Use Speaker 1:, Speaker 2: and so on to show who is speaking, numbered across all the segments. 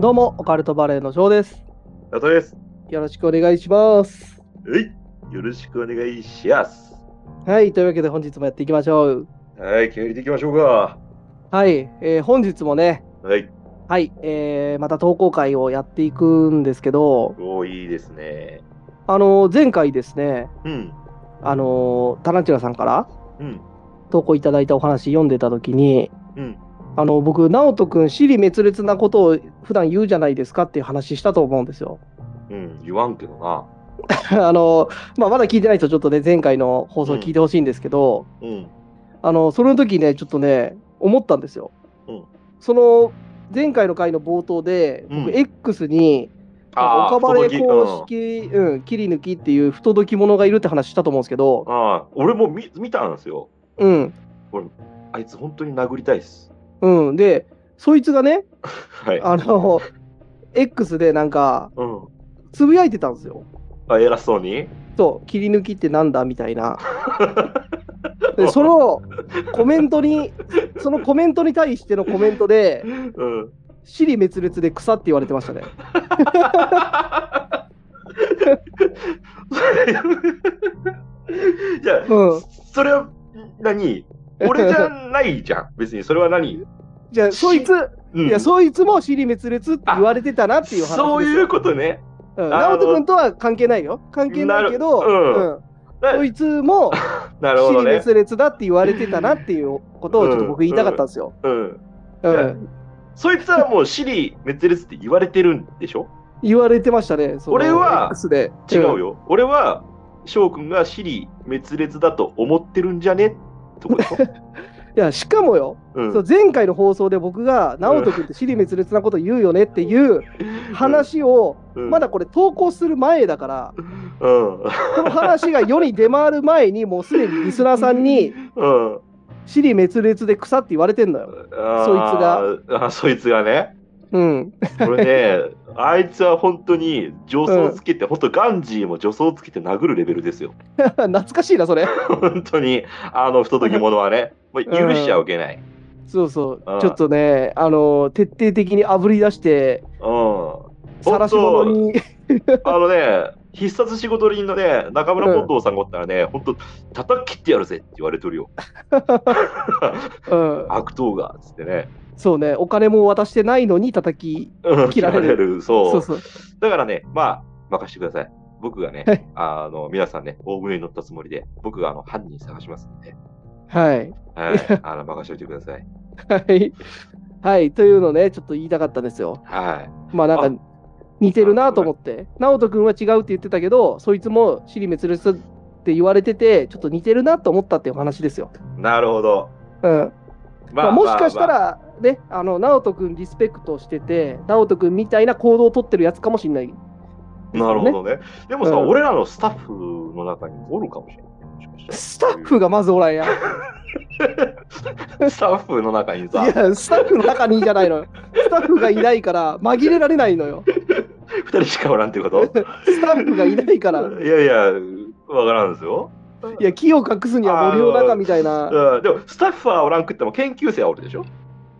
Speaker 1: どうも、オカルトバレーの翔です。
Speaker 2: やとです。
Speaker 1: よろしくお願いします。
Speaker 2: うい。よろしくお願いします。
Speaker 1: はい、というわけで本日もやっていきましょう。
Speaker 2: はい、決めていきましょうか。
Speaker 1: はい、えー本日もね、
Speaker 2: はい。
Speaker 1: はい、えーまた投稿会をやっていくんですけど、
Speaker 2: おーいいですね。
Speaker 1: あのー前回ですね、
Speaker 2: うん。
Speaker 1: あのータランチュラさんから
Speaker 2: うん。
Speaker 1: 投稿いただいたお話読んでた時に、
Speaker 2: うん。
Speaker 1: あの僕、直人君、死に滅裂なことを普段言うじゃないですかっていう話したと思うんですよ。
Speaker 2: うん。言わんけどな。
Speaker 1: あのーまあ、まだ聞いてない人、ちょっとね、前回の放送聞いてほしいんですけど、
Speaker 2: うん。
Speaker 1: あのその時ねちょっとね思ったんですよ、
Speaker 2: うん
Speaker 1: その前回の回の冒頭で
Speaker 2: うん
Speaker 1: 僕 X に「なんか
Speaker 2: ー
Speaker 1: 岡バレー
Speaker 2: 不届き
Speaker 1: 公式、うん、切り抜き」っていう不届き者がいるって話したと思うんですけど
Speaker 2: うん、ああ、俺も見見たんですよ。
Speaker 1: うん
Speaker 2: あいつ本当に殴りたいっす。
Speaker 1: うんでそいつがね
Speaker 2: はい。
Speaker 1: あの X でなんか
Speaker 2: うん。
Speaker 1: つぶやいてたんですよ
Speaker 2: あ、偉そうに。
Speaker 1: そう切り抜きってなんだみたいな
Speaker 2: う
Speaker 1: で
Speaker 2: ん
Speaker 1: そのコメントにそのコメントに対してのコメントで
Speaker 2: うん。
Speaker 1: 「尻滅裂で草」って言われてましたね
Speaker 2: じゃあ、
Speaker 1: うん
Speaker 2: それは何俺じゃないじゃん。別にそれは何、
Speaker 1: じゃあそいつ
Speaker 2: うん
Speaker 1: いや、そいつも尻滅裂って言われてたなっていう話ですよ。
Speaker 2: そういうことね。
Speaker 1: うん。
Speaker 2: あ
Speaker 1: 直
Speaker 2: の
Speaker 1: 人君とは関係ないよ。関係ないけど、
Speaker 2: なるうん
Speaker 1: うん
Speaker 2: な
Speaker 1: そいつも
Speaker 2: なるほ
Speaker 1: 尻
Speaker 2: どね。
Speaker 1: 滅裂だって言われてたなっていうことをちょっと僕言いたかったんですよ。
Speaker 2: うん。
Speaker 1: うん
Speaker 2: うんうんそいつはもう尻滅裂って言われてるんでしょ
Speaker 1: 言われてましたね。その
Speaker 2: 俺は
Speaker 1: X で
Speaker 2: 違う。よ。俺は翔くんが尻滅裂だと思ってるんじゃねとこでし ょ、
Speaker 1: うんいや、しかもよ、
Speaker 2: うん
Speaker 1: そう前回の放送で僕が直人君って尻滅裂なこと言うよねっていう話を、
Speaker 2: うん
Speaker 1: まだこれ投稿する前だから、
Speaker 2: うん。
Speaker 1: この話が世に出回る前に、もうすでにリスナーさんに
Speaker 2: うん。
Speaker 1: 尻滅裂で草って言われてんのよ。
Speaker 2: そいつが。あそいつがね。
Speaker 1: うん。
Speaker 2: 俺ね、あいつは本当に助走つけて、本当ガンジーも助走つけて殴るレベルですよ。
Speaker 1: 懐かしいな、それ。
Speaker 2: 本当に、あの不届き者はね、もう許しちゃおけない。
Speaker 1: そうそう
Speaker 2: うん、
Speaker 1: ちょっとね、あの徹底的にあぶり出して、
Speaker 2: うん。
Speaker 1: さらし者に、
Speaker 2: あのね、必殺仕事人のね、中村本堂さんがおったらね、ほんと、叩き切ってやるぜって言われとるよ。
Speaker 1: うん、
Speaker 2: 悪党が、つってね。
Speaker 1: そうね、お金も渡してないのに叩き、
Speaker 2: うん
Speaker 1: 切られる
Speaker 2: そう
Speaker 1: そうそう、
Speaker 2: だからね、まあ、任してください。僕がね、
Speaker 1: はい
Speaker 2: あの、皆さんね、大船に乗ったつもりで、僕があの犯人探しますんで、
Speaker 1: はい、
Speaker 2: はい、あの任しておいてください。
Speaker 1: はい、はい、というのをね、ちょっと言いたかったんですよ。
Speaker 2: はい。
Speaker 1: まあなんか似てるなと思って、直人君は違うって言ってたけど、そいつも尻滅裂って言われてて、ちょっと似てるなと思ったっていうお話ですよ。
Speaker 2: なるほど。
Speaker 1: うんまあ、もしかした
Speaker 2: まあ
Speaker 1: ら、ね、あの、直人君リスペクトしてて、直人君みたいな行動を取ってるやつかもしれない。
Speaker 2: なるほどね。でもさ、
Speaker 1: うん
Speaker 2: 俺らのスタッフの中におるかもしれない。もしかしたら
Speaker 1: スタッフがまずおらんやん。い
Speaker 2: スタッフの中にさ、
Speaker 1: や、スタッフの中にじゃないのよ。スタッフがいないから紛れられないのよ。
Speaker 2: 二人しかおらんっていうこと
Speaker 1: スタッフがいないから。
Speaker 2: いやいや、わからんですよ。
Speaker 1: いや、木を隠すには森の中みたいな。
Speaker 2: うん、でも、スタッフはおらんくっても研究生はおるでしょ、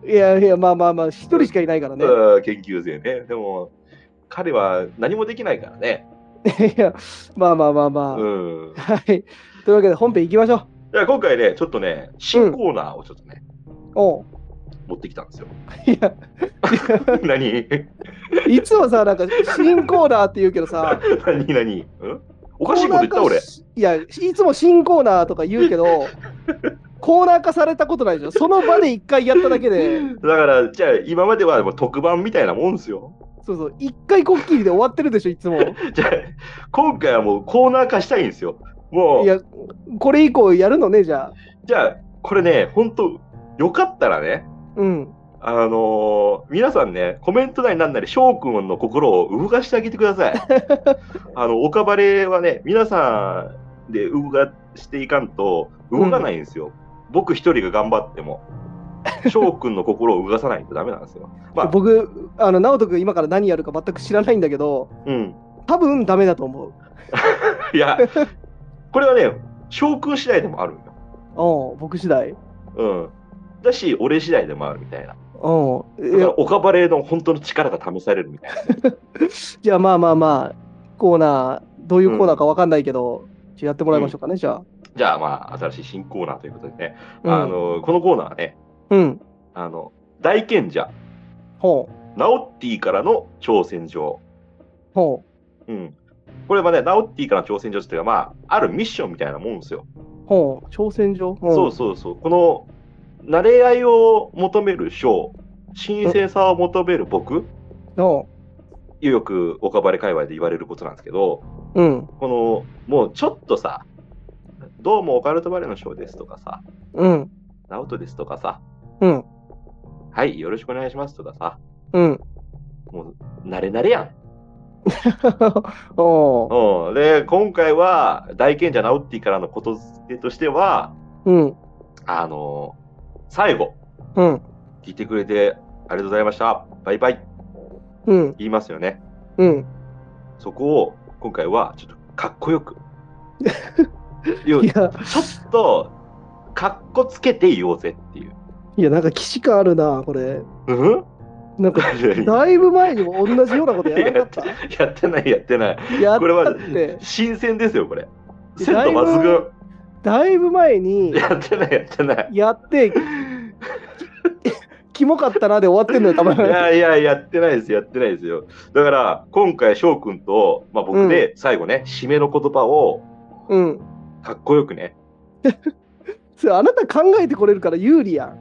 Speaker 1: いやいや、まあまあまあ、一人しかいないからね。
Speaker 2: うん研究生ね。でも、彼は何もできないからね。
Speaker 1: いや、まあまあまあまあ。
Speaker 2: うん。
Speaker 1: はい。というわけで、本編行きましょう。
Speaker 2: じゃあ今回ね、ちょっとね、新コーナーをちょっとね、
Speaker 1: おう
Speaker 2: 持ってきたんですよ。
Speaker 1: いや、
Speaker 2: 何
Speaker 1: いつもさ、なんか、新コーナーって言うけどさ、
Speaker 2: 何何うんおかしいこと言った俺。
Speaker 1: いや、いつも新コーナーとか言うけ ど、コーナー化されたことないじゃん。その場で一回やっただけで、
Speaker 2: だから、じゃあ今まではもう特番みたいなもんですよ。
Speaker 1: そうそう、一回こっきりで終わってるでしょ、いつも。い
Speaker 2: じゃあ、今回はもうコーナー化したいんですよ。もう、
Speaker 1: や、これ以降やるのね、じゃあ。
Speaker 2: じゃあ、これね、本当よかったらね、
Speaker 1: うん。
Speaker 2: あのー皆さんね、コメント内なんなり、翔くんの心を動かしてあげてください。あの、岡バレはね、皆さんで動かしていかんと、動かないんですよ。僕一人が頑張っても。翔くんの心を動かさないとダメなんですよ。まあ、
Speaker 1: 僕、あの、直人君今から何やるか全く知らないんだけど、
Speaker 2: うん。
Speaker 1: 多分ダメだと思う。
Speaker 2: いや、これはね、翔くん次第でもあるんよ。
Speaker 1: おう僕次第。
Speaker 2: うん。だし、俺次第でもあるみたいな。
Speaker 1: おうん。
Speaker 2: だ
Speaker 1: い
Speaker 2: か
Speaker 1: や
Speaker 2: らオカバレの本当の力が試されるみたいな。
Speaker 1: じゃあまあまあまあ、コーナー、どういうコーナーかわかんないけど、ちょっとやってもらいましょうかね、じゃあ。
Speaker 2: じゃあまあ、新しい新コーナーということでね、
Speaker 1: うん、
Speaker 2: あのこのコーナーはね、
Speaker 1: うん。
Speaker 2: あの大賢者、
Speaker 1: ほう。
Speaker 2: ナオッティからの挑戦状。
Speaker 1: ほ
Speaker 2: うん、これはね、ナオッティからの挑戦状っていうのは、まあ、あるミッションみたいなもんですよ。
Speaker 1: う。ほう。挑戦状、うん、
Speaker 2: そうそうそう。この、慣れ合いを求める章、新鮮さを求める僕、
Speaker 1: ほ
Speaker 2: よくオカバレ界隈で言われることなんですけど、
Speaker 1: う。うん。
Speaker 2: この、もうちょっとさ、どうもオカルトバレの章ですとかさ、
Speaker 1: うん。
Speaker 2: ナオトですとかさ、
Speaker 1: うん。
Speaker 2: はい、よろしくお願いしますとかさ、
Speaker 1: うん。
Speaker 2: もう、慣れ慣れやん。
Speaker 1: ほ
Speaker 2: うん、で、今回は、大賢者ナオッティからのことづけとしては、
Speaker 1: う。うん。
Speaker 2: あの最後、
Speaker 1: うん。
Speaker 2: 聞いてくれてありがとうございました。バイバイ。
Speaker 1: うん。
Speaker 2: 言いますよね。
Speaker 1: うん。
Speaker 2: そこを、今回は、ちょっと、かっこよく。いや
Speaker 1: いや、
Speaker 2: ちょっと、かっこつけて言おうぜっていう。
Speaker 1: いや、なんか既視感あるな、これ。
Speaker 2: うん
Speaker 1: なんか、
Speaker 2: や
Speaker 1: だいぶ前にも同じようなことやらなかっ
Speaker 2: ってない、やってない。
Speaker 1: た。やっ
Speaker 2: これ
Speaker 1: た
Speaker 2: は
Speaker 1: って、、
Speaker 2: 新鮮ですよ、これ。
Speaker 1: え
Speaker 2: 鮮度抜群。
Speaker 1: だいぶ前に
Speaker 2: やってない、やってない。
Speaker 1: やって、キモかったなで終わってんのよ、たま
Speaker 2: いやいや、やってないです、やってないですよ。だから、今回、翔くんと、まあ、僕で最後ね、締めの言葉を
Speaker 1: うん。
Speaker 2: かっこよくね、
Speaker 1: それあなた考えてこれるから有利やん。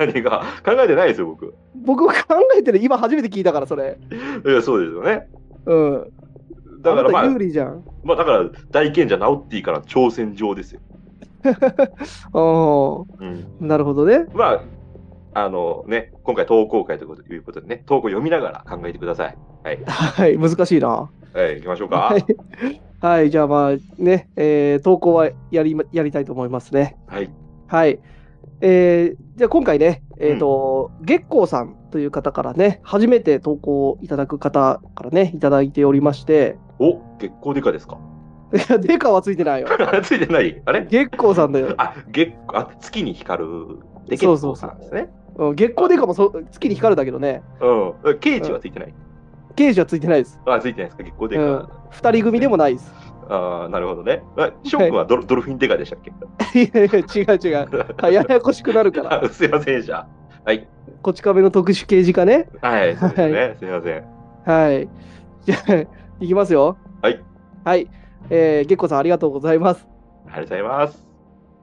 Speaker 2: 何が考えてないですよ、僕。
Speaker 1: 僕考えてる今初めて聞いたからそれ。
Speaker 2: いや、そうですよね。
Speaker 1: うん。
Speaker 2: だから、ま
Speaker 1: あなた
Speaker 2: あ
Speaker 1: 有、利じゃん。
Speaker 2: まあ、だから、大賢者ナオッティからの挑戦状ですよ。
Speaker 1: ああ、
Speaker 2: うん、
Speaker 1: なるほどね。
Speaker 2: まあ、あのね、今回、投稿会というこということでね、投稿読みながら考えてください。はい、
Speaker 1: はい、難しいな。
Speaker 2: はい、行きましょうか
Speaker 1: は。い。 はい、じゃあまあね、えー投稿はやりまやりたいと思いますね。
Speaker 2: はい、
Speaker 1: はい。えーじゃあ今回ね、えっ、と、月光さんという方からね、初めて投稿いただく方からね、いただいておりまして、
Speaker 2: お月光デカですか
Speaker 1: いや、デカはついてないよ。
Speaker 2: ついてないあれ
Speaker 1: 月光さんだよ。
Speaker 2: あ、月あ月に光るで
Speaker 1: そ
Speaker 2: 月
Speaker 1: うそうそ
Speaker 2: 光さ
Speaker 1: うん
Speaker 2: ですね。
Speaker 1: うん月光デカもそう月に光るだけどね、
Speaker 2: うん。ケイチはついてない。
Speaker 1: ゲージはついてないです。
Speaker 2: あ、ついてないですか、月光デカ。
Speaker 1: うん二人組でもないです。
Speaker 2: ああ、なるほどね。あショックはドルドルフィンデカでしたっけ
Speaker 1: いやいや、違う違う。はいややこしくなるから。
Speaker 2: あ すいませんでした。はい。
Speaker 1: こち亀の特殊刑事化ね。
Speaker 2: はい、そうですね。すいません。
Speaker 1: はい。 じゃあ、いきますよ。
Speaker 2: はい。
Speaker 1: はい。えー、月光さんありがとうございます。
Speaker 2: ありがとうございます。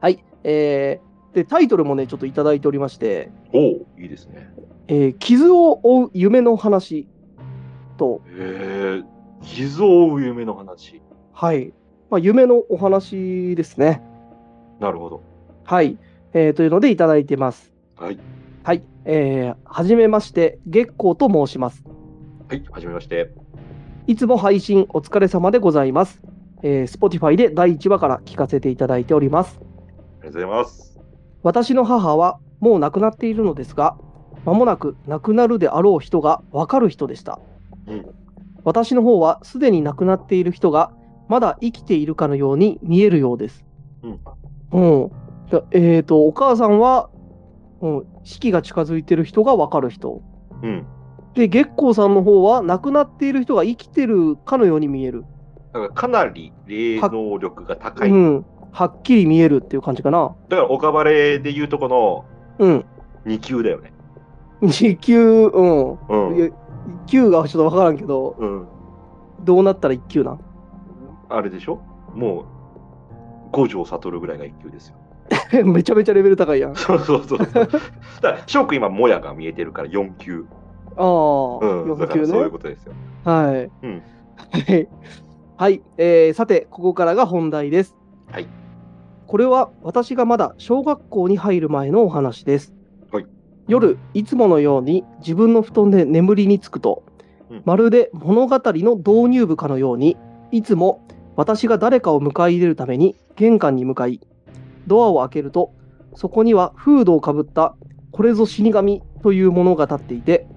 Speaker 1: はい。えー、で、タイトルもね、ちょっといただいておりまして、
Speaker 2: おお、いいですね。
Speaker 1: えー、傷を負う夢の話と、
Speaker 2: へえ、傷を追う夢の話。
Speaker 1: はい。まあ、夢のお話ですね。
Speaker 2: なるほど。
Speaker 1: はい。えー、というのでいただいてます。
Speaker 2: はい。
Speaker 1: はい。えー、はじめまして、月光と申します。
Speaker 2: はい、はじめまして。
Speaker 1: いつも配信お疲れ様でございます。えー、Spotify で第1話から聞かせていただいております。
Speaker 2: ありがとうございます。
Speaker 1: 私の母はもう亡くなっているのですが、間もなく亡くなるであろう人がわかる人でした。
Speaker 2: うん
Speaker 1: 私の方はすでに亡くなっている人がまだ生きているかのように見えるようです。うん。だえっ、と、お母さんは、うん、死期が近づいている人がわかる人。
Speaker 2: うん。
Speaker 1: で、月光さんの方は亡くなっている人が生きてるかのように見える。
Speaker 2: だからかなり霊能力が高い。
Speaker 1: うん、はっきり見えるっていう感じかな。
Speaker 2: だから、オカバレでいうとこの
Speaker 1: うん、
Speaker 2: 2級だよね。
Speaker 1: 時級、うん、
Speaker 2: うん。
Speaker 1: 1級がちょっとわからんけど、
Speaker 2: うん。
Speaker 1: どうなったら1級なん
Speaker 2: あれでしょもう、五条悟ぐらいが一級ですよ。
Speaker 1: めちゃめちゃレベル高いやん。あ
Speaker 2: そうそうそうそう。だから、翔くん今、もやが見えてるから4級。
Speaker 1: あ、
Speaker 2: う
Speaker 1: 4
Speaker 2: ん。だか
Speaker 1: 級
Speaker 2: ら
Speaker 1: ね
Speaker 2: そういう。ことですよ。
Speaker 1: はい。
Speaker 2: うん
Speaker 1: はいはい、えーさて、ここからが本題です。
Speaker 2: はい。
Speaker 1: これは私がまだ小学校に入る前のお話です。
Speaker 2: はい。
Speaker 1: 夜、いつものように自分の布団で眠りにつくと、
Speaker 2: うん
Speaker 1: まるで物語の導入部かのように、いつも私が誰かを迎え入れるために玄関に向かい、ドアを開けると、そこにはフードをかぶった、これぞ死神というものが立っていて、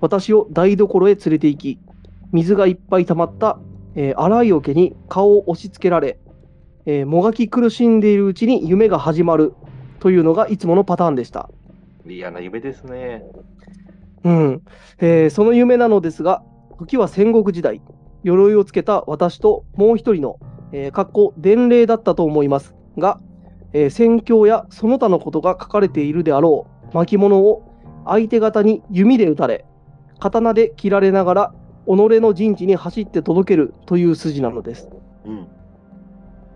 Speaker 1: 私を台所へ連れて行き、水がいっぱい溜まった、えー荒い桶に顔を押し付けられ、えーもがき苦しんでいるうちに夢が始まるというのがいつものパターンでした。
Speaker 2: 嫌な夢ですね。
Speaker 1: うんえーその夢なのですが、時は戦国時代、鎧をつけた私ともう一人の、えー、かっこ伝令だったと思いますが、えー戦況やその他のことが書かれているであろう巻物を相手方に弓で撃たれ、刀で切られながら、己の陣地に走って届けるという筋なのです。
Speaker 2: うん。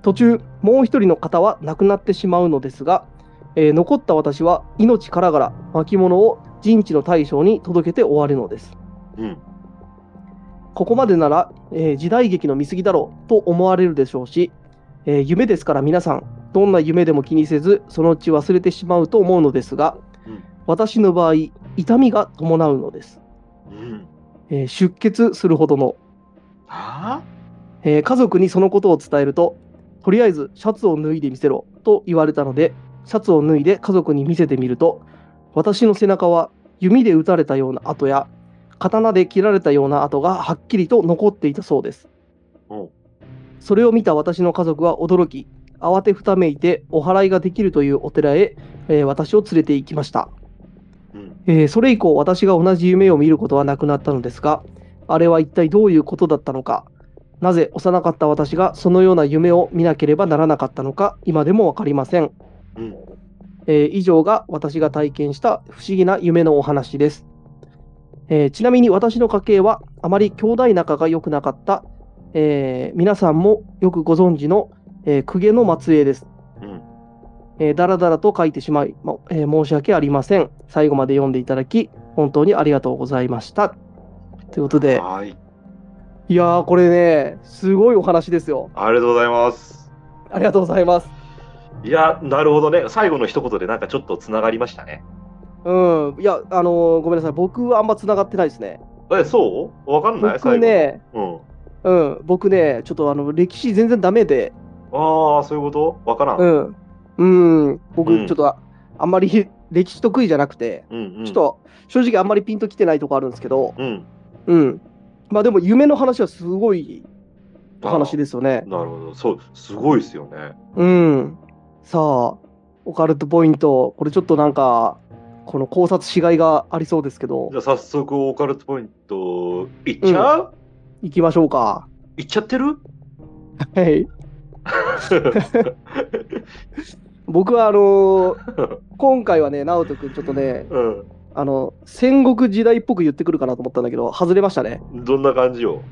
Speaker 1: 途中もう一人の方は亡くなってしまうのですが、えー残った私は命からがら巻物を陣地の大将に届けて終わるのです
Speaker 2: うん。
Speaker 1: ここまでなら、えー時代劇の見過ぎだろうと思われるでしょうし、えー夢ですから皆さんどんな夢でも気にせずそのうち忘れてしまうと思うのですが、
Speaker 2: うん
Speaker 1: 私の場合痛みが伴うのです、
Speaker 2: うん。
Speaker 1: えー出血するほどの
Speaker 2: はあ
Speaker 1: えー家族にそのことを伝えると、とりあえずシャツを脱いでみせろと言われたので、シャツを脱いで家族に見せてみると、私の背中は弓で撃たれたような跡や、刀で切られたような跡がはっきりと残っていたそうです
Speaker 2: おう。
Speaker 1: それを見た私の家族は驚き、慌てふためいてお祓いができるというお寺へ、えー私を連れて行きました。
Speaker 2: うん。
Speaker 1: えーそれ以降私が同じ夢を見ることはなくなったのですがあれは一体どういうことだったのかなぜ幼かった私がそのような夢を見なければならなかったのか今でも分かりません、
Speaker 2: うん。
Speaker 1: えー以上が私が体験した不思議な夢のお話です、えーちなみに私の家系はあまり兄弟仲が良くなかった、えー皆さんもよくご存知の、えー公家の末裔です
Speaker 2: うん。
Speaker 1: えー、だらだらと書いてしまい、まえー申し訳ありません。最後まで読んでいただき、本当にありがとうございました。ということで、
Speaker 2: はーい。
Speaker 1: いやー、これね、すごいお話ですよ。
Speaker 2: ありがとうございます。
Speaker 1: ありがとうございます。
Speaker 2: いや、なるほどね。最後の一言でなんかちょっとつながりましたね。
Speaker 1: うん、いや、あのーごめんなさい、僕はあんま繋がってないですね。
Speaker 2: え、そうわかんない
Speaker 1: 僕。ね、
Speaker 2: 最後
Speaker 1: うん、僕ね、ちょっとあの歴史全然ダメで、
Speaker 2: うん。ああ、そういうことわからん。
Speaker 1: う
Speaker 2: うん
Speaker 1: ん、うん、僕、
Speaker 2: うん
Speaker 1: ちょっとああんまり 歴史得意じゃなくて、
Speaker 2: うん。
Speaker 1: ちょっと正直あんまりピンときてないとこあるんですけど、
Speaker 2: うん。
Speaker 1: うん、まあでも夢の話はすごいお話ですよね。
Speaker 2: なるほど。そう、すごいですよね。
Speaker 1: うん。さあ、オカルトポイント、これちょっとなんか、この考察しがいがありそうですけど
Speaker 2: じゃ、あ早速オカルトポイントいっちゃう、
Speaker 1: 行きましょうか。
Speaker 2: いっちゃってる
Speaker 1: はい。僕はあのー今回はね、直人くん、ちょっとね、
Speaker 2: うん。
Speaker 1: あの、戦国時代っぽく言ってくるかなと思ったんだけど、外れましたね。
Speaker 2: どんな感じよ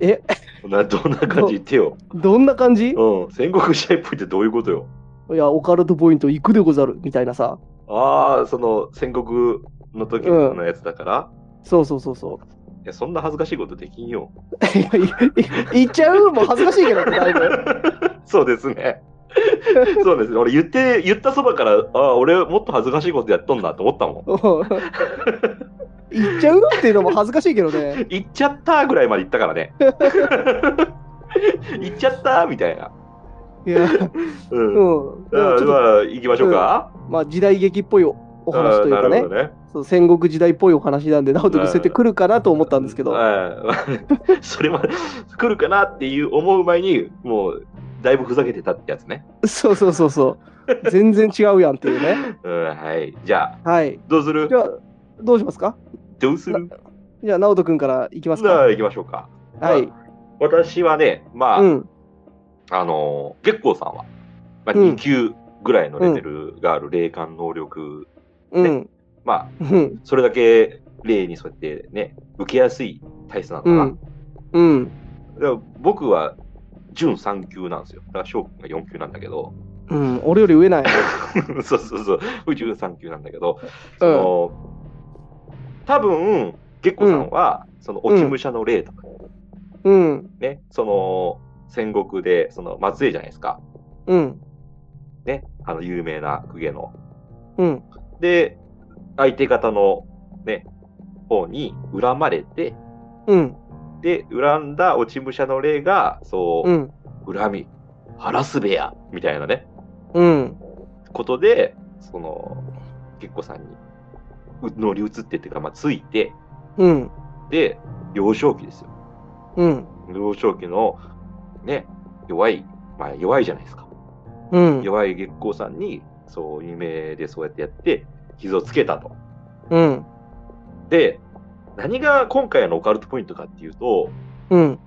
Speaker 1: え
Speaker 2: などんな感じ言ってよ。
Speaker 1: どんな感じ
Speaker 2: うん。戦国時代っぽいってどういうことよ
Speaker 1: いや、オカルトポイント行くでござる、みたいなさ。
Speaker 2: ああ、その戦国の時のやつだから、
Speaker 1: そうそうそう そ
Speaker 2: いやそんな恥ずかしいことできん よ。
Speaker 1: う。いや、いい行っちゃうもう恥ずかしいけど、だいぶ。
Speaker 2: そうですね。そうですね。俺言って、言ったそばから、ああ、俺もっと恥ずかしいことやっとんなと思ったもん。
Speaker 1: うん行っちゃうっていうのも恥ずかしいけどね。
Speaker 2: 行っちゃったぐらいまで行ったか らね。行っちゃったみたいな。
Speaker 1: いや、
Speaker 2: うん。
Speaker 1: う
Speaker 2: あ
Speaker 1: ん。でもちょっ
Speaker 2: あ
Speaker 1: と
Speaker 2: まあ、行きましょうか。
Speaker 1: まあ、時代劇っぽいおお話というか
Speaker 2: ああな
Speaker 1: ね
Speaker 2: るほどね。
Speaker 1: そう戦国時代っぽいお話なんで直人君そうやってくるかなと思ったんですけど、
Speaker 2: はい それまで来るかなっていう思う前にもうだいぶふざけてたってやつね。
Speaker 1: そうそうそうそう全然違うやんっていうね
Speaker 2: うん、はい。じゃあ
Speaker 1: はい
Speaker 2: どうする
Speaker 1: じゃあどうしますか
Speaker 2: どうする
Speaker 1: じゃあ直人君からいきます
Speaker 2: じゃ
Speaker 1: か
Speaker 2: あ行きましょうか。
Speaker 1: はい、
Speaker 2: 私はね、まあ、
Speaker 1: うん、
Speaker 2: あのー月光さんは、まあ、
Speaker 1: うん
Speaker 2: 2級ぐらいのレベルがある霊感能力、
Speaker 1: うん
Speaker 2: まあ
Speaker 1: うん
Speaker 2: それだけ霊にそうやってね受けやすい体質なのか
Speaker 1: う
Speaker 2: な。
Speaker 1: んうん
Speaker 2: だから僕は準3級なんですよ。だから翔くんが4級なんだけど。
Speaker 1: うん俺より上ない、
Speaker 2: そうそうそう、宇宙産級なんだけど、
Speaker 1: う
Speaker 2: そ
Speaker 1: ん、
Speaker 2: の多分月光さんは、その落ち武者の霊とか
Speaker 1: うん
Speaker 2: ね、その戦国でその松江じゃないですか、
Speaker 1: うん
Speaker 2: ね、あの有名な公家の。
Speaker 1: うん
Speaker 2: で、相手方のね、方に恨まれて、
Speaker 1: うん
Speaker 2: で、恨んだ落ち武者の霊が、そうう、
Speaker 1: ん
Speaker 2: 恨み、晴らすべや、みたいなね、
Speaker 1: うん
Speaker 2: ことで、その、月光さんにう乗り移ってっていうか、まあ、ついて、
Speaker 1: うん
Speaker 2: で、幼少期ですよ。
Speaker 1: うん
Speaker 2: 幼少期の、ね、弱い、まあ弱いじゃないですか。
Speaker 1: うん
Speaker 2: 弱い月光さんに、そう、夢でそうやってやって、傷をつけたと。
Speaker 1: うん
Speaker 2: で、何が今回のオカルトポイントかっていうと、
Speaker 1: うん。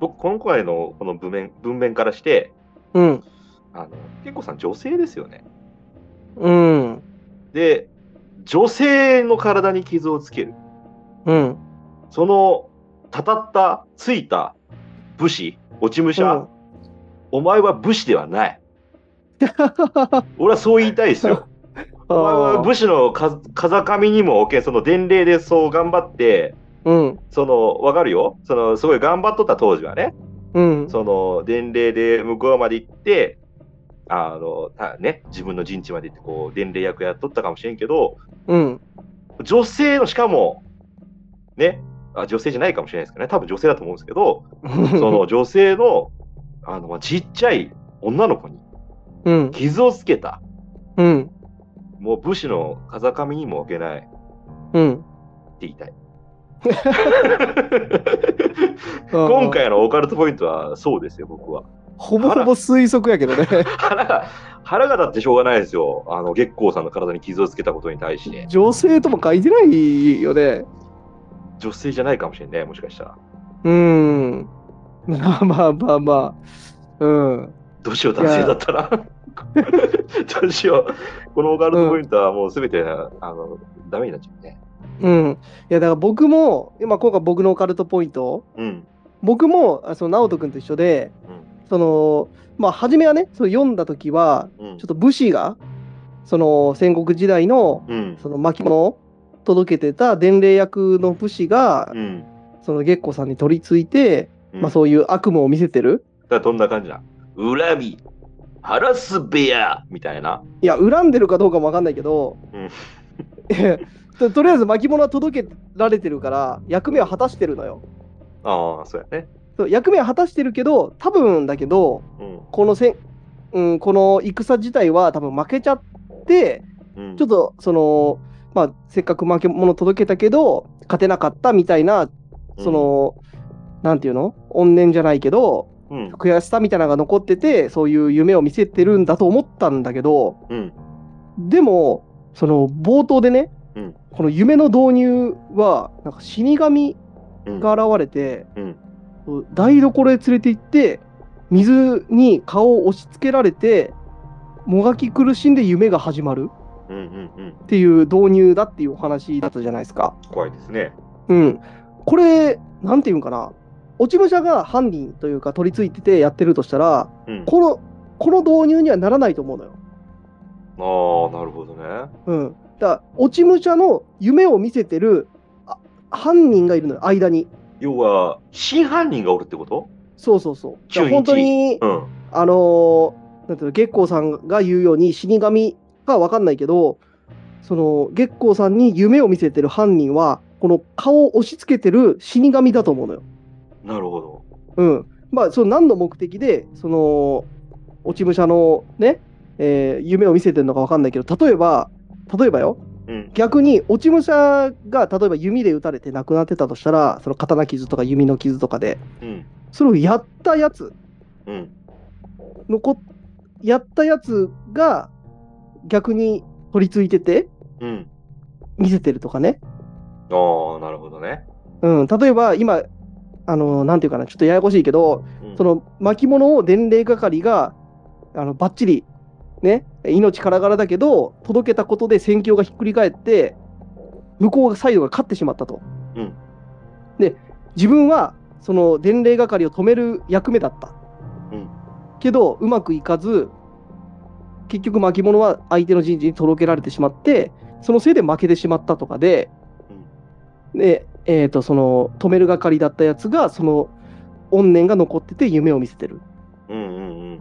Speaker 2: 僕、今回のこの文面文面からして、
Speaker 1: うん。
Speaker 2: あの、けんこさん女性ですよね。
Speaker 1: うん。
Speaker 2: で、女性の体に傷をつける。
Speaker 1: うん。
Speaker 2: その、たたった、ついた武士、落ち武者、
Speaker 1: うん
Speaker 2: お前は武士ではない。 俺はそう言いたいで すよ。お前は武士のか風上にも置け、その伝令でそう頑張って、
Speaker 1: うん。
Speaker 2: その、わかるよ。その、すごい頑張っとった当時はね。
Speaker 1: うん。
Speaker 2: その、伝令で向こうまで行って、あの、たね、自分の陣地まで行って、こう、伝令役やっとったかもしれんけど、
Speaker 1: うん。
Speaker 2: 女性の、しかも、ね、あ女性じゃないかもしれないですけどね、多分女性だと思うんですけど、その女性の、あの、まあちっちゃい女の子に
Speaker 1: うん。
Speaker 2: 傷をつけた、
Speaker 1: うん。
Speaker 2: もう武士の風上にも置けないって
Speaker 1: うん。
Speaker 2: 言いたい。 今回のオカルトポイントはそうですよ、僕は。
Speaker 1: ほぼほぼ推測やけどね。
Speaker 2: 腹が、腹が立ってしょうがないですよ。あの、月光さんの体に傷をつけたことに 対して。
Speaker 1: 女性とも書いてないよね。
Speaker 2: 女性じゃないかもしれない、もしかしたら。
Speaker 1: うん。 まあまあまあまあ。うん。
Speaker 2: どうしよう、男性だったら。 どうしよう。このオカルトポイントはもうすべて、あの、ダメになっちゃうね。
Speaker 1: うん。いや、だから僕も、今今回僕のオカルトポイント、
Speaker 2: うん。
Speaker 1: 僕も、あその、直人君と一緒で、その、まあ、初めはね、その読んだ時は、
Speaker 2: うん。
Speaker 1: ちょっと武士が、その、戦国時代の、
Speaker 2: うん。
Speaker 1: その巻物を届けてた伝令役の武士が、
Speaker 2: うん。
Speaker 1: その月光さんに取り付いて、
Speaker 2: うん
Speaker 1: まあそういう悪夢を見せてる。
Speaker 2: だからどんな感じなの恨み、晴らす部屋みたいな。
Speaker 1: いや、恨んでるかどうかもわかんないけど、
Speaker 2: うん
Speaker 1: ととりあえず巻物は届けられてるから、役目は果たしてるのよ。
Speaker 2: ああ、そうやね。
Speaker 1: そう役目は果たしてるけど、多分だけど、
Speaker 2: うん。
Speaker 1: このせん、うん、この戦自体は多分負けちゃって、
Speaker 2: うん、
Speaker 1: ちょっとその、まあ、せっかく負け物届けたけど、勝てなかったみたいな、その、なんていうの怨念じゃないけど、
Speaker 2: うん、うん。
Speaker 1: 悔しさみたいなのが残ってて、そういう夢を見せてるんだと思ったんだけど、
Speaker 2: うん。
Speaker 1: でも、その冒頭でね、
Speaker 2: うん
Speaker 1: この夢の導入は、なんか死神
Speaker 2: うん。
Speaker 1: が現れて、
Speaker 2: うん
Speaker 1: 台所へ連れて行って、水に顔を押し付けられて、もがき苦しんで夢が始まる
Speaker 2: うん。うん。うん。
Speaker 1: っていう導入だっていうお話だったじゃないですか。
Speaker 2: 怖いですね。
Speaker 1: うん。これ、なんていうんかな。落ち武者が犯人というか取り付いててやってるとしたら、
Speaker 2: うん。
Speaker 1: この、この導入にはならないと思うのよ。
Speaker 2: ああ、なるほどね。
Speaker 1: うん。だから、落ち武者の夢を見せてるあ犯人がいるのよ、間に。
Speaker 2: 要は、真犯人がおるってこと
Speaker 1: そうそうそう。だから
Speaker 2: 中日
Speaker 1: 本当に、
Speaker 2: うん。
Speaker 1: あのーなんていうの、月光さんが言うように死神かわかんないけど、その月光さんに夢を見せてる犯人は、この顔を押し付けてる死神だと思うのよ。
Speaker 2: なるほど。
Speaker 1: うん。まあ、その何の目的で、その、落ち武者のね、えー夢を見せてるのかわかんないけど、例えば、例えばよ、
Speaker 2: うん。
Speaker 1: 逆に落ち武者が例えば弓で撃たれて亡くなってたとしたら、その刀傷とか弓の傷とかで、
Speaker 2: うん。
Speaker 1: それをやったやつ
Speaker 2: うん。
Speaker 1: のこ、やったやつが逆に取り付いてて、
Speaker 2: うん。
Speaker 1: 見せてるとかね。
Speaker 2: ああ、なるほどね。
Speaker 1: うん、例えば今、あの、なんていうかな、ちょっとややこしいけど、
Speaker 2: うん
Speaker 1: そ、の巻物を伝令係があのバッチリね命からがらだけど届けたことで戦況がひっくり返って向こうがサイドが勝ってしまったと。
Speaker 2: うん
Speaker 1: で自分はその伝令係を止める役目だった。
Speaker 2: うん
Speaker 1: けどうまくいかず結局巻物は相手の陣地に届けられてしまってそのせいで負けてしまったとかで、で、えー、とその止める係だったやつがその怨念が残ってて夢を見せてる
Speaker 2: うんうんうん。
Speaker 1: っ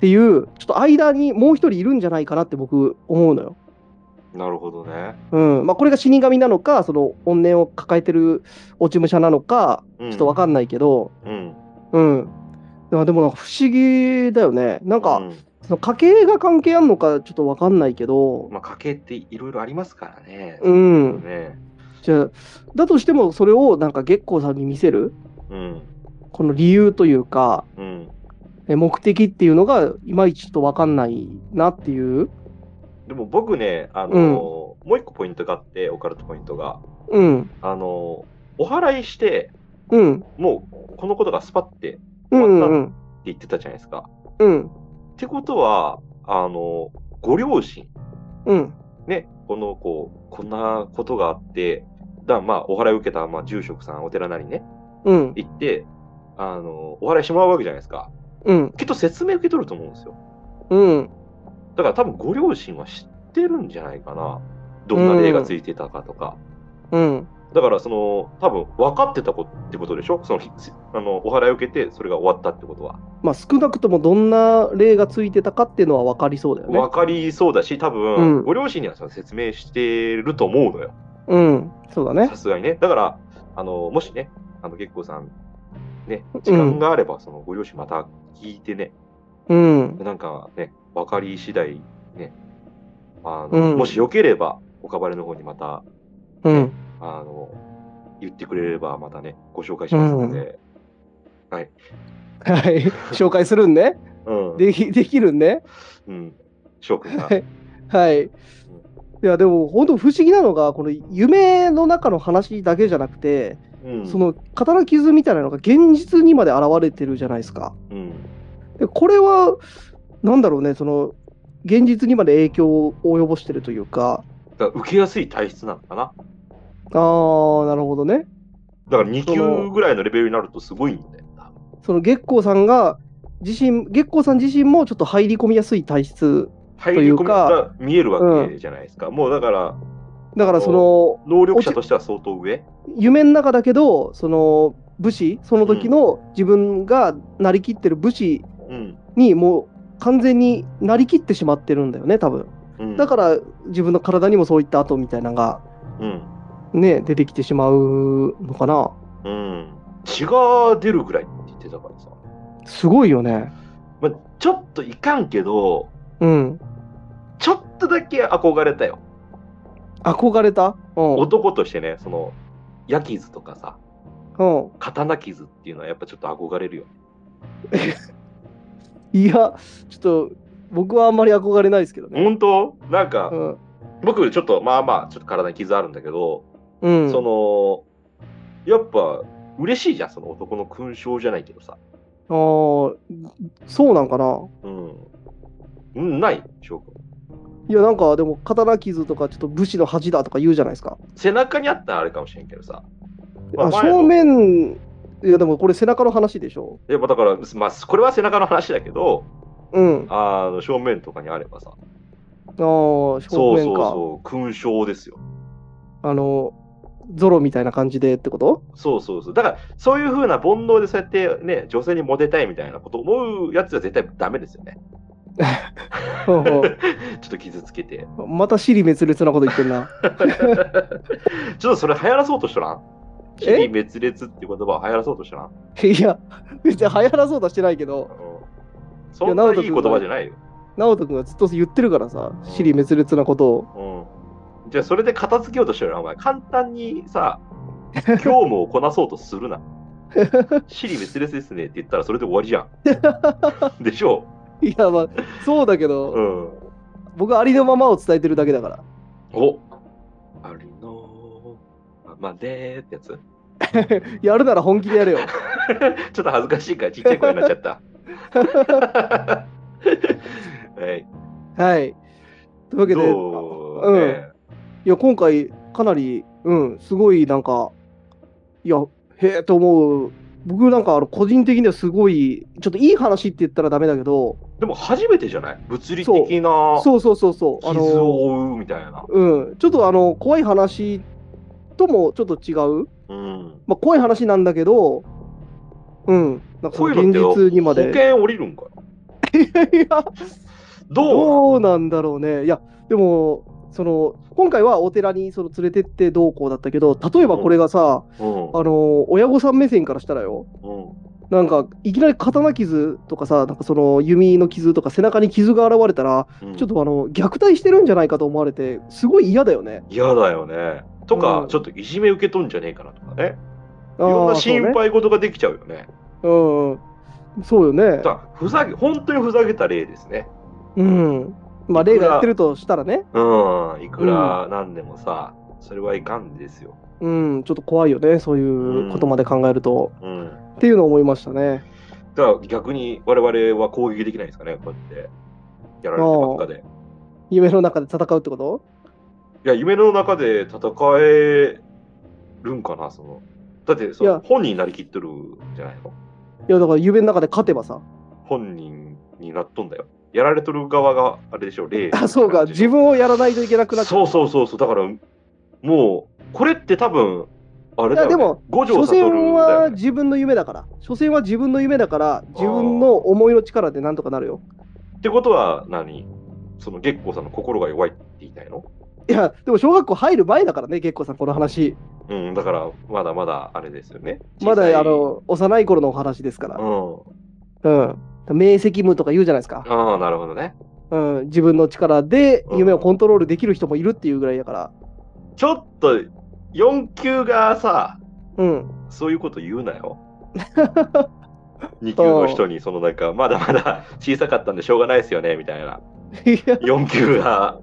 Speaker 1: ていうちょっと間にもう一人いるんじゃないかなって僕思うのよ。
Speaker 2: なるほどね。
Speaker 1: うんまあ、これが死神なのかその怨念を抱えてる落ち武者なのか
Speaker 2: ち
Speaker 1: ちょっとわかんないけど、
Speaker 2: うん。
Speaker 1: うんまあでもなんか不思議だよねなんか、
Speaker 2: うん
Speaker 1: その家系が関係あるのかちょっとわかんないけど、
Speaker 2: まあ、家計っていろいろありますからね。
Speaker 1: うん、
Speaker 2: ね。
Speaker 1: じゃあだとしてもそれをなんか月光さんに見せる
Speaker 2: うん。
Speaker 1: この理由というか
Speaker 2: うん。
Speaker 1: え目的っていうのがいまいちちょっとわかんないなっていう。
Speaker 2: でも僕ね、あのー
Speaker 1: うん
Speaker 2: もう一個ポイントがあって、オカルトポイントが。
Speaker 1: うん。
Speaker 2: あの、お祓いして、
Speaker 1: うん。
Speaker 2: もうこのことがスパってって
Speaker 1: うんうん。
Speaker 2: 言ってたじゃないですか。
Speaker 1: うん。
Speaker 2: ってことは、あの、ご両親、
Speaker 1: うん。
Speaker 2: ね、この、こう、こんなことがあって、だからまあ、お祓いを受けた、まあ、住職さん、お寺なりね、
Speaker 1: うん。
Speaker 2: 行って、あの、お祓いしてもらうわけじゃないですか。
Speaker 1: うん。
Speaker 2: きっと説明受け取ると思うんですよ。
Speaker 1: うん。
Speaker 2: だから多分ご両親は知ってるんじゃないかな。どんな霊がついてたかとか。
Speaker 1: うん。
Speaker 2: だからその、多分分かってたこってことでしょその、あの、お祓いを受けて、それが終わったってことは。
Speaker 1: まあ少なくともどんな例がついてたかっていうのは分かりそうだよね
Speaker 2: 分。かりそうだし、多
Speaker 1: う
Speaker 2: 分
Speaker 1: ん
Speaker 2: ご両親にはその説明してると思うのよ。
Speaker 1: うん。そうだね
Speaker 2: さ。すがにね。だから、あの、もしね、あの、月光さん、ね、時間があれば、その、ご両親また聞いてね、
Speaker 1: うん。
Speaker 2: なんかね、分かり次第、ね、あの、
Speaker 1: うん
Speaker 2: もしよければ、岡晴れの方にまた
Speaker 1: うん。
Speaker 2: あの、言ってくれればまたね、ご紹介しますので、
Speaker 1: はい。紹介するんね。
Speaker 2: うん、
Speaker 1: でき、できるんね。
Speaker 2: うん、翔くんが
Speaker 1: は。いはい。いや、でも本当不思議なのが、この夢の中の話だけじゃなくて、
Speaker 2: うん、
Speaker 1: そ、の刀傷みたいなのが現実にまで現れてるじゃないですか。
Speaker 2: うん、
Speaker 1: でこれは、なんだろうね、その、現実にまで影響を及ぼしてるというか、
Speaker 2: だから受けやすい体質なのかな。
Speaker 1: あー、なるほどね。
Speaker 2: だから2
Speaker 1: その
Speaker 2: 級ぐらいのレベルになるとすごいんだよ。
Speaker 1: その月光さんが、自身、月光さん自身もちょっと入り込みやすい体質。
Speaker 2: 入
Speaker 1: とい
Speaker 2: り
Speaker 1: う
Speaker 2: 込
Speaker 1: か
Speaker 2: みが見えるわけじゃないですか。もうだから、
Speaker 1: だからその、
Speaker 2: 能力者としては相当上。
Speaker 1: 夢の中だけど、その、武士、その時の自分がなりきってる武士
Speaker 2: うん。
Speaker 1: にもう完全になりきってしまってるんだよね、多分。
Speaker 2: うん、
Speaker 1: だから自分の体にもそういった跡みたいなのが
Speaker 2: ら、うん。
Speaker 1: ね、出てきてしまうのかな。
Speaker 2: うん。血が出るぐらいって言ってたからさ。
Speaker 1: すごいよね。
Speaker 2: まあ、ちょっといかんけど、
Speaker 1: うん。
Speaker 2: ちょっとだけ憧れたよ。
Speaker 1: 憧れた。うん。うん。
Speaker 2: 男としてね、その、矢傷とかさ、刀傷っていうのはやっぱちょっと憧れるよ。
Speaker 1: いや、ちょっと僕はあんまり憧れないですけどね。
Speaker 2: 本当なんか、
Speaker 1: うん。
Speaker 2: 僕ちょっとまあまあちょっと体に傷あるんだけど、
Speaker 1: うん。
Speaker 2: そのやっぱ嬉しいじゃんその男の勲章じゃないけどさ。
Speaker 1: あーそうなんかな。
Speaker 2: うん。うん、ない翔くん
Speaker 1: いや、なんかでも、刀傷とか、ちょっと武士の恥だとか言うじゃないですか。
Speaker 2: 背中にあったらあれかもしれんけどさ。ま
Speaker 1: あ
Speaker 2: あ、前の
Speaker 1: 正面、いや、でもこれ背中の話でしょ。
Speaker 2: やっぱだから、まあ、これは背中の話だけど、
Speaker 1: うん。あ
Speaker 2: あの正面とかにあればさ、
Speaker 1: あ、正面か。
Speaker 2: そうそうそう、勲章ですよ。
Speaker 1: あの、ゾロみたいな感じでってこと
Speaker 2: そうそうそう。だから、そういうふうな煩悩でそうやってね、女性にモテたいみたいなこと思うやつは絶対ダメですよね。
Speaker 1: ほうほう
Speaker 2: ちょっと傷つけて。
Speaker 1: また尻滅裂なこと言ってんな。
Speaker 2: ちょっとそれ流行らそうとしとらん
Speaker 1: え
Speaker 2: 尻滅裂って言葉を流行らそうとしとらん、うん
Speaker 1: いや、別に流行らそうとはしてないけど、
Speaker 2: そ
Speaker 1: い
Speaker 2: ん
Speaker 1: や
Speaker 2: な
Speaker 1: 直
Speaker 2: い
Speaker 1: 人
Speaker 2: い言
Speaker 1: 君
Speaker 2: 葉じゃないよ。
Speaker 1: 直人君がずっと言ってるからさ、尻滅裂なことを。
Speaker 2: うん、じゃあそれで片付けようとしてるな、お前。簡単にさ、業務をこなそうとす るな。尻滅裂ですねって言ったらそれで終わりじゃ ん。でしょ
Speaker 1: いや、まあ、そうだけど、
Speaker 2: う、うん、
Speaker 1: 僕はありのままを伝えてるだけだか
Speaker 2: おありのままでーってやつ
Speaker 1: ら。やるなら本気でやれよ。
Speaker 2: ちょっと恥ずかしいからちっちゃい声になっちゃった。 はい、
Speaker 1: はい。というわけで、
Speaker 2: ど
Speaker 1: う
Speaker 2: うんね
Speaker 1: いや、今回、かなり、うん、すごい、なんか、いや、へえと思う。僕なんか、あの個人的にはすごい、ちょっといい話って言ったらダメだけど、
Speaker 2: でも初めてじゃない物理的な
Speaker 1: そうそうそうそう、あ
Speaker 2: 傷
Speaker 1: の、
Speaker 2: を負うみたいな。
Speaker 1: うん、ちょっとあの、怖い話ともちょっと違う、
Speaker 2: うん、
Speaker 1: まあ、怖い話なんだけど、うん、なんか
Speaker 2: こ
Speaker 1: そう
Speaker 2: い
Speaker 1: の
Speaker 2: うのっ
Speaker 1: 現
Speaker 2: て
Speaker 1: 実にま
Speaker 2: 保
Speaker 1: で。
Speaker 2: 険降りるんかない
Speaker 1: や、
Speaker 2: ど
Speaker 1: ど
Speaker 2: う
Speaker 1: うなんだろうね。いや、でも、その、今回はお寺にその連れてってどうこうだったけど、例えばこれがさ、
Speaker 2: うん
Speaker 1: あの、親御さん目線からしたらよ、
Speaker 2: うん
Speaker 1: なんか、いきなり刀傷とかさ、なんかその弓の傷とか背中に傷が現れたら、
Speaker 2: うん
Speaker 1: ちょっとあの、虐待してるんじゃないかと思われて、すごい嫌だよね。
Speaker 2: 嫌だよね。とか、
Speaker 1: うん
Speaker 2: ちょっといじめ受けとんじゃねえかなとかね。
Speaker 1: い
Speaker 2: いろんな心配事ができちゃうよね。
Speaker 1: そうね。うん。そうよね
Speaker 2: だ。からふざけ本当にふざけた例ですね。
Speaker 1: うん。まあ、例がやってるとしたらね。
Speaker 2: うん、いくらなんでもさ、それはいかんですよ。
Speaker 1: うん、ちょっと怖いよね、そういうことまで考えると。
Speaker 2: うん。
Speaker 1: っていうのを思いましたね。
Speaker 2: だから逆に我々は攻撃できないんですかね、こうやって。やられてばっかで。
Speaker 1: 夢の中で戦うってこと
Speaker 2: いや、夢の中で戦えるんかな、その。だってそ
Speaker 1: い
Speaker 2: の
Speaker 1: や
Speaker 2: 本人になりきっとるじゃないの
Speaker 1: いや、だから夢の中で勝てばさ。
Speaker 2: 本人になっとんだよ。やられとる側があれでしょ、例。
Speaker 1: あ、そうか、自分をやらないといけなくなっちゃ
Speaker 2: そうそうそうそう、だから、もう、これって多分、あれだよ、
Speaker 1: い
Speaker 2: ね。
Speaker 1: やでも
Speaker 2: 五条
Speaker 1: 所
Speaker 2: 悟だよ
Speaker 1: 詮は
Speaker 2: ね
Speaker 1: 自分の夢だから。所詮は自分の夢だから、自分の思いの力でなんとかなるよ。
Speaker 2: ってことは何、その月光さんの心が弱いって言いたいの
Speaker 1: いや、でも小学校入る前だからね、結構さん、この話。
Speaker 2: うん、だから、まだまだあれですよね。
Speaker 1: ま
Speaker 2: 小さい
Speaker 1: だあ、の幼い頃のお話ですから。
Speaker 2: うん。
Speaker 1: うん。明晰夢とか言うじゃないですか。
Speaker 2: ああ、なるほどね。
Speaker 1: うん。自分の力で
Speaker 2: うん
Speaker 1: 夢をコントロールできる人もいるっていうぐらいだから。
Speaker 2: ちょっと、4級がさ、
Speaker 1: うん。
Speaker 2: そういうこと言うなよ。2級の人に、そのなんか、まだまだ小さかったんでしょうがないですよね、みたいな。
Speaker 1: いや
Speaker 2: 4級が。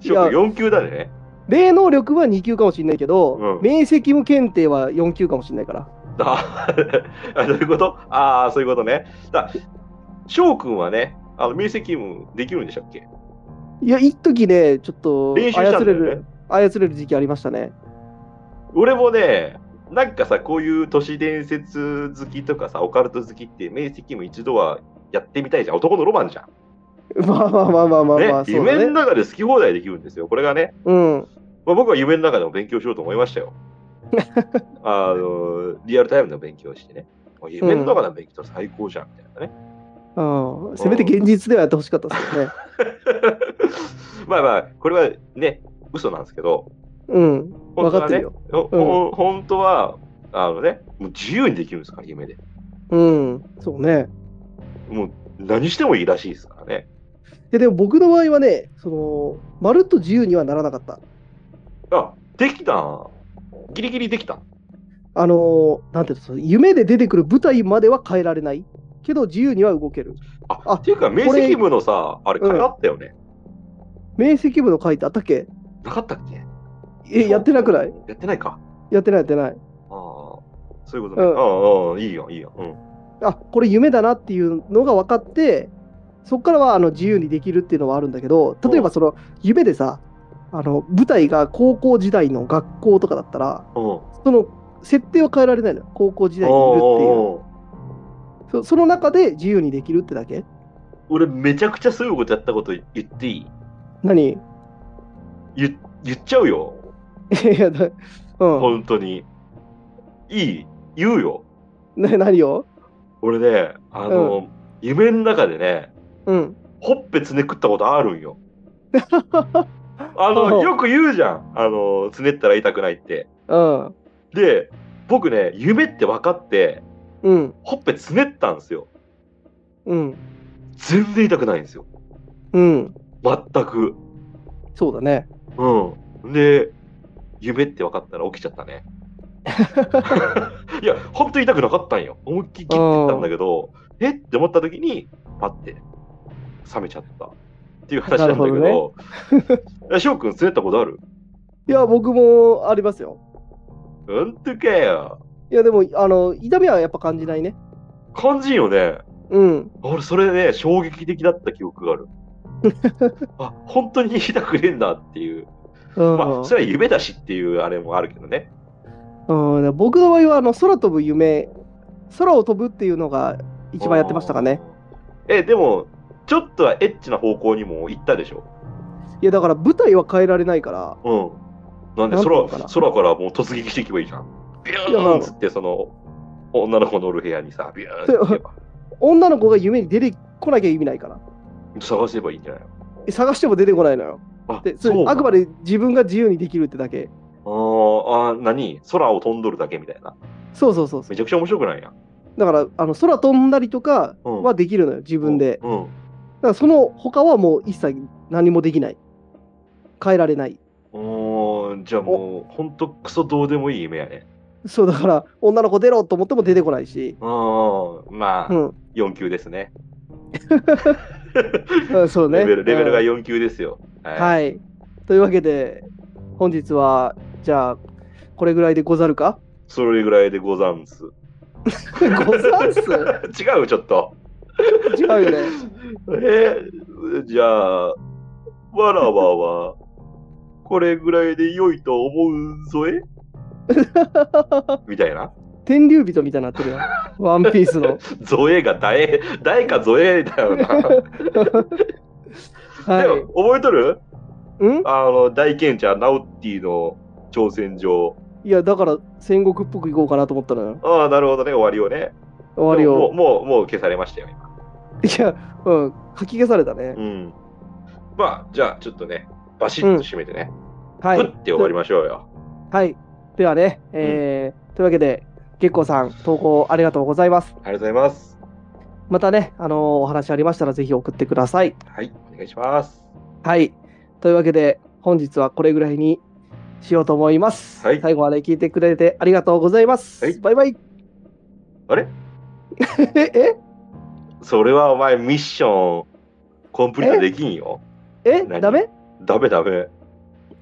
Speaker 1: い
Speaker 2: ショ
Speaker 1: や
Speaker 2: ック4級だね。
Speaker 1: 霊能力は2級かもしれないけど、
Speaker 2: うん
Speaker 1: 明晰夢検定は4級かもしれないから。
Speaker 2: ああ、どういうことああ、そういうことね。だ翔くんはね、あの、明晰夢できるんでしたっけ
Speaker 1: いや、一時ね、ちょっと
Speaker 2: 練習した
Speaker 1: 操
Speaker 2: ん
Speaker 1: れ
Speaker 2: だよ
Speaker 1: る
Speaker 2: ね。、
Speaker 1: 操れる時期ありましたね。
Speaker 2: 俺もね、なんかさ、こういう都市伝説好きとかさ、オカルト好きって、明晰夢一度はやってみたいじゃん。男のロマンじゃん。
Speaker 1: まあまあまあまあまあまあ、
Speaker 2: ね、
Speaker 1: そうだ
Speaker 2: 夢の
Speaker 1: ね。
Speaker 2: 中で好き放題できるんですよ。これがね、
Speaker 1: うん。
Speaker 2: まあ、僕は夢の中でも勉強しようと思いまし たよ。あのリアルタイムでも勉強してね。もう夢の中でも勉強したら最高じゃんみたいなね。
Speaker 1: うん、せめて現実ではやってほしかったです よね。
Speaker 2: まあまあ、これはね、嘘なんですけど、
Speaker 1: うん。
Speaker 2: 本
Speaker 1: 分
Speaker 2: 当
Speaker 1: かっ
Speaker 2: は
Speaker 1: て
Speaker 2: ね
Speaker 1: る、よ。
Speaker 2: ほほ本当は、あのね、もう自由にできるんですから、夢で。
Speaker 1: うん。そうね。
Speaker 2: もう何してもいいらしいですからね。
Speaker 1: ででも僕の場合はね、その、まるっと自由にはならなかった。
Speaker 2: あ、できたギリギリできた
Speaker 1: あのーなんていうのその、夢で出てくる舞台までは変えられない。けど自由には動ける。
Speaker 2: あ、
Speaker 1: あ
Speaker 2: っていうか、明晰夢のさ、あれ、かかったよね。
Speaker 1: 明晰夢の書いてあったっけ
Speaker 2: なかったっけ
Speaker 1: え、やってなくない
Speaker 2: やってないか。
Speaker 1: やってないやってない。
Speaker 2: ああ、そういうこと
Speaker 1: う
Speaker 2: ね。あ
Speaker 1: ん
Speaker 2: あああ、いいよ、いいよ。うん。
Speaker 1: あ、これ夢だなっていうのが分かって、そこからはあの自由にできるっていうのはあるんだけど、例えばその夢でさ、あの舞台が高校時代の学校とかだったら、
Speaker 2: うん。
Speaker 1: その設定は変えられないのよ高校時代にいるっていう
Speaker 2: う。
Speaker 1: そその中で自由にできるってだけ
Speaker 2: 俺、めちゃくちゃすごいことやったこと言っていい
Speaker 1: 何い
Speaker 2: 言言っちゃうよ。
Speaker 1: やだうん
Speaker 2: 本当に。いい言うよ。
Speaker 1: な何を
Speaker 2: 俺ね、あの、夢の中でね、
Speaker 1: うん
Speaker 2: ほっぺつね食ったことあるん よ。あの、よく言うじゃん。あの、つねったら痛くないって。
Speaker 1: うん
Speaker 2: で、僕ね、夢って分かって、
Speaker 1: うん
Speaker 2: ほっぺつねったんですよ。
Speaker 1: うん
Speaker 2: 全然痛くないんですよ。
Speaker 1: うん
Speaker 2: 全く。
Speaker 1: そうだね
Speaker 2: うん。で、夢って分かったら起きちゃっ たね。いや、本当に痛くなかったんよ。思いっきり切ってったんだけど、えって思った時に、パッて、冷めちゃった。っていう話なんだけ
Speaker 1: なる
Speaker 2: ど、え翔くん、つねったことある
Speaker 1: いや僕もありますよ
Speaker 2: うんとかよ。
Speaker 1: いやでもあの痛みはやっぱ感じないね
Speaker 2: 感じんよね。
Speaker 1: うん
Speaker 2: 俺、それね、衝撃的だった記憶が ある。あ、本当に痛くねえんだっていう。
Speaker 1: うん、
Speaker 2: まあ、それは夢だしっていうあれもあるけどね。
Speaker 1: うん、僕の場合はあの空飛ぶ夢空を飛ぶっていうのが一番やってましたかね
Speaker 2: うん。え、でも、ちょっとはエッチな方向にも行ったでしょ。
Speaker 1: いやだから舞台は変えられないから
Speaker 2: うん。なんで
Speaker 1: なんて
Speaker 2: 空
Speaker 1: いうのかな
Speaker 2: 空からもう突撃していけばいいじゃん。ビューンっつって、その、女の子のおる部屋にさ、ビューンって行けば
Speaker 1: 女の子が夢に出てこなきゃ意味ないから
Speaker 2: 探せばいいんじゃない
Speaker 1: 探しても出てこないのよ
Speaker 2: のあ
Speaker 1: でそれあくま
Speaker 2: で。
Speaker 1: で自分が自由にできるってだけ
Speaker 2: あーあー、何空を飛んどるだけみたいな。
Speaker 1: そうそうそうそ
Speaker 2: め
Speaker 1: う
Speaker 2: ちゃくちゃ面白くないやん。
Speaker 1: だからあの空飛んだりとか
Speaker 2: うん
Speaker 1: はできるのよ自分でだか
Speaker 2: うん。
Speaker 1: らその他はもう一切何もできない変えられない
Speaker 2: おーじゃあもう、ほんとクソどうでもいい夢やね。
Speaker 1: そうだから女の子出ろと思っても出てこないし
Speaker 2: うん。ま
Speaker 1: う
Speaker 2: あ、
Speaker 1: ん、
Speaker 2: 4級ですね。
Speaker 1: うん、そうね
Speaker 2: レベルレベルが
Speaker 1: うん
Speaker 2: 4級ですよ。はい
Speaker 1: はいというわけで本日は、じゃあ、これぐらいでござるか
Speaker 2: それぐらいでござんす。
Speaker 1: ござんす
Speaker 2: 違う、ちょっと。
Speaker 1: 違うよね。
Speaker 2: えーじゃあ、わらわは、これぐらいで良いと思うぞ えみたいな。
Speaker 1: 天竜人みたいになってるよ。ワンピースの。
Speaker 2: ゾエがだえ、だえかゾエだよな。で
Speaker 1: は
Speaker 2: も、覚えとる
Speaker 1: い。ん
Speaker 2: あの、大賢者、ナオッティの挑戦状。
Speaker 1: いや、だから戦国っぽくいこうかなと思ったのよ。
Speaker 2: ああ、なるほどね、終わりをね。
Speaker 1: 終わり
Speaker 2: もう、
Speaker 1: を。
Speaker 2: もう、もう消されましたよ、今。
Speaker 1: いや、うん、書き消されたね。
Speaker 2: うん。まあ、じゃあ、ちょっとね、バシッと締めてね、
Speaker 1: はい。
Speaker 2: グッて終わりましょうよ。
Speaker 1: はい。ではね、えーというわけで、月光さん、投稿ありがとうございます。
Speaker 2: ありがとうございます。
Speaker 1: またね、あのーお話ありましたら、ぜひ送ってください。
Speaker 2: はい、お願いします。
Speaker 1: はい。というわけで、本日はこれぐらいにしようと思います。
Speaker 2: はい
Speaker 1: 最後まで聞いてくれてありがとうございます。
Speaker 2: はい
Speaker 1: バイバイ。
Speaker 2: あれ
Speaker 1: え
Speaker 2: それはお前、ミッション、コンプリートできんよ。
Speaker 1: ええ
Speaker 2: 何
Speaker 1: ダメ
Speaker 2: ダメダメ。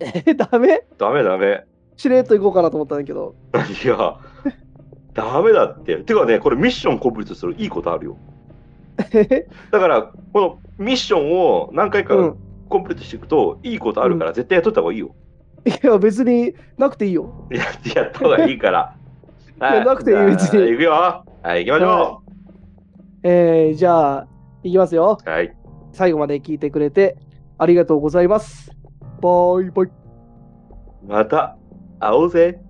Speaker 1: えダメ
Speaker 2: ダメダメ。
Speaker 1: しれっといこうかなと思ったんだけど。
Speaker 2: いや、ダメだって。てかね、これミッションコンプリートするいいことあるよ。
Speaker 1: え
Speaker 2: だから、このミッションを何回か
Speaker 1: うん。
Speaker 2: コンプリートしていくと、いいことあるから、絶対やっとった方がいいよ。
Speaker 1: いや、別になくていいよ。
Speaker 2: やってやった方がいいから。
Speaker 1: いやなくていい別に
Speaker 2: じゃあ行くよ。はい、行きましょ
Speaker 1: えー、じゃあ、いきますよ。
Speaker 2: う。はい。
Speaker 1: 最後まで聞いてくれてありがとうございます。バイバイ。
Speaker 2: また会おうぜ。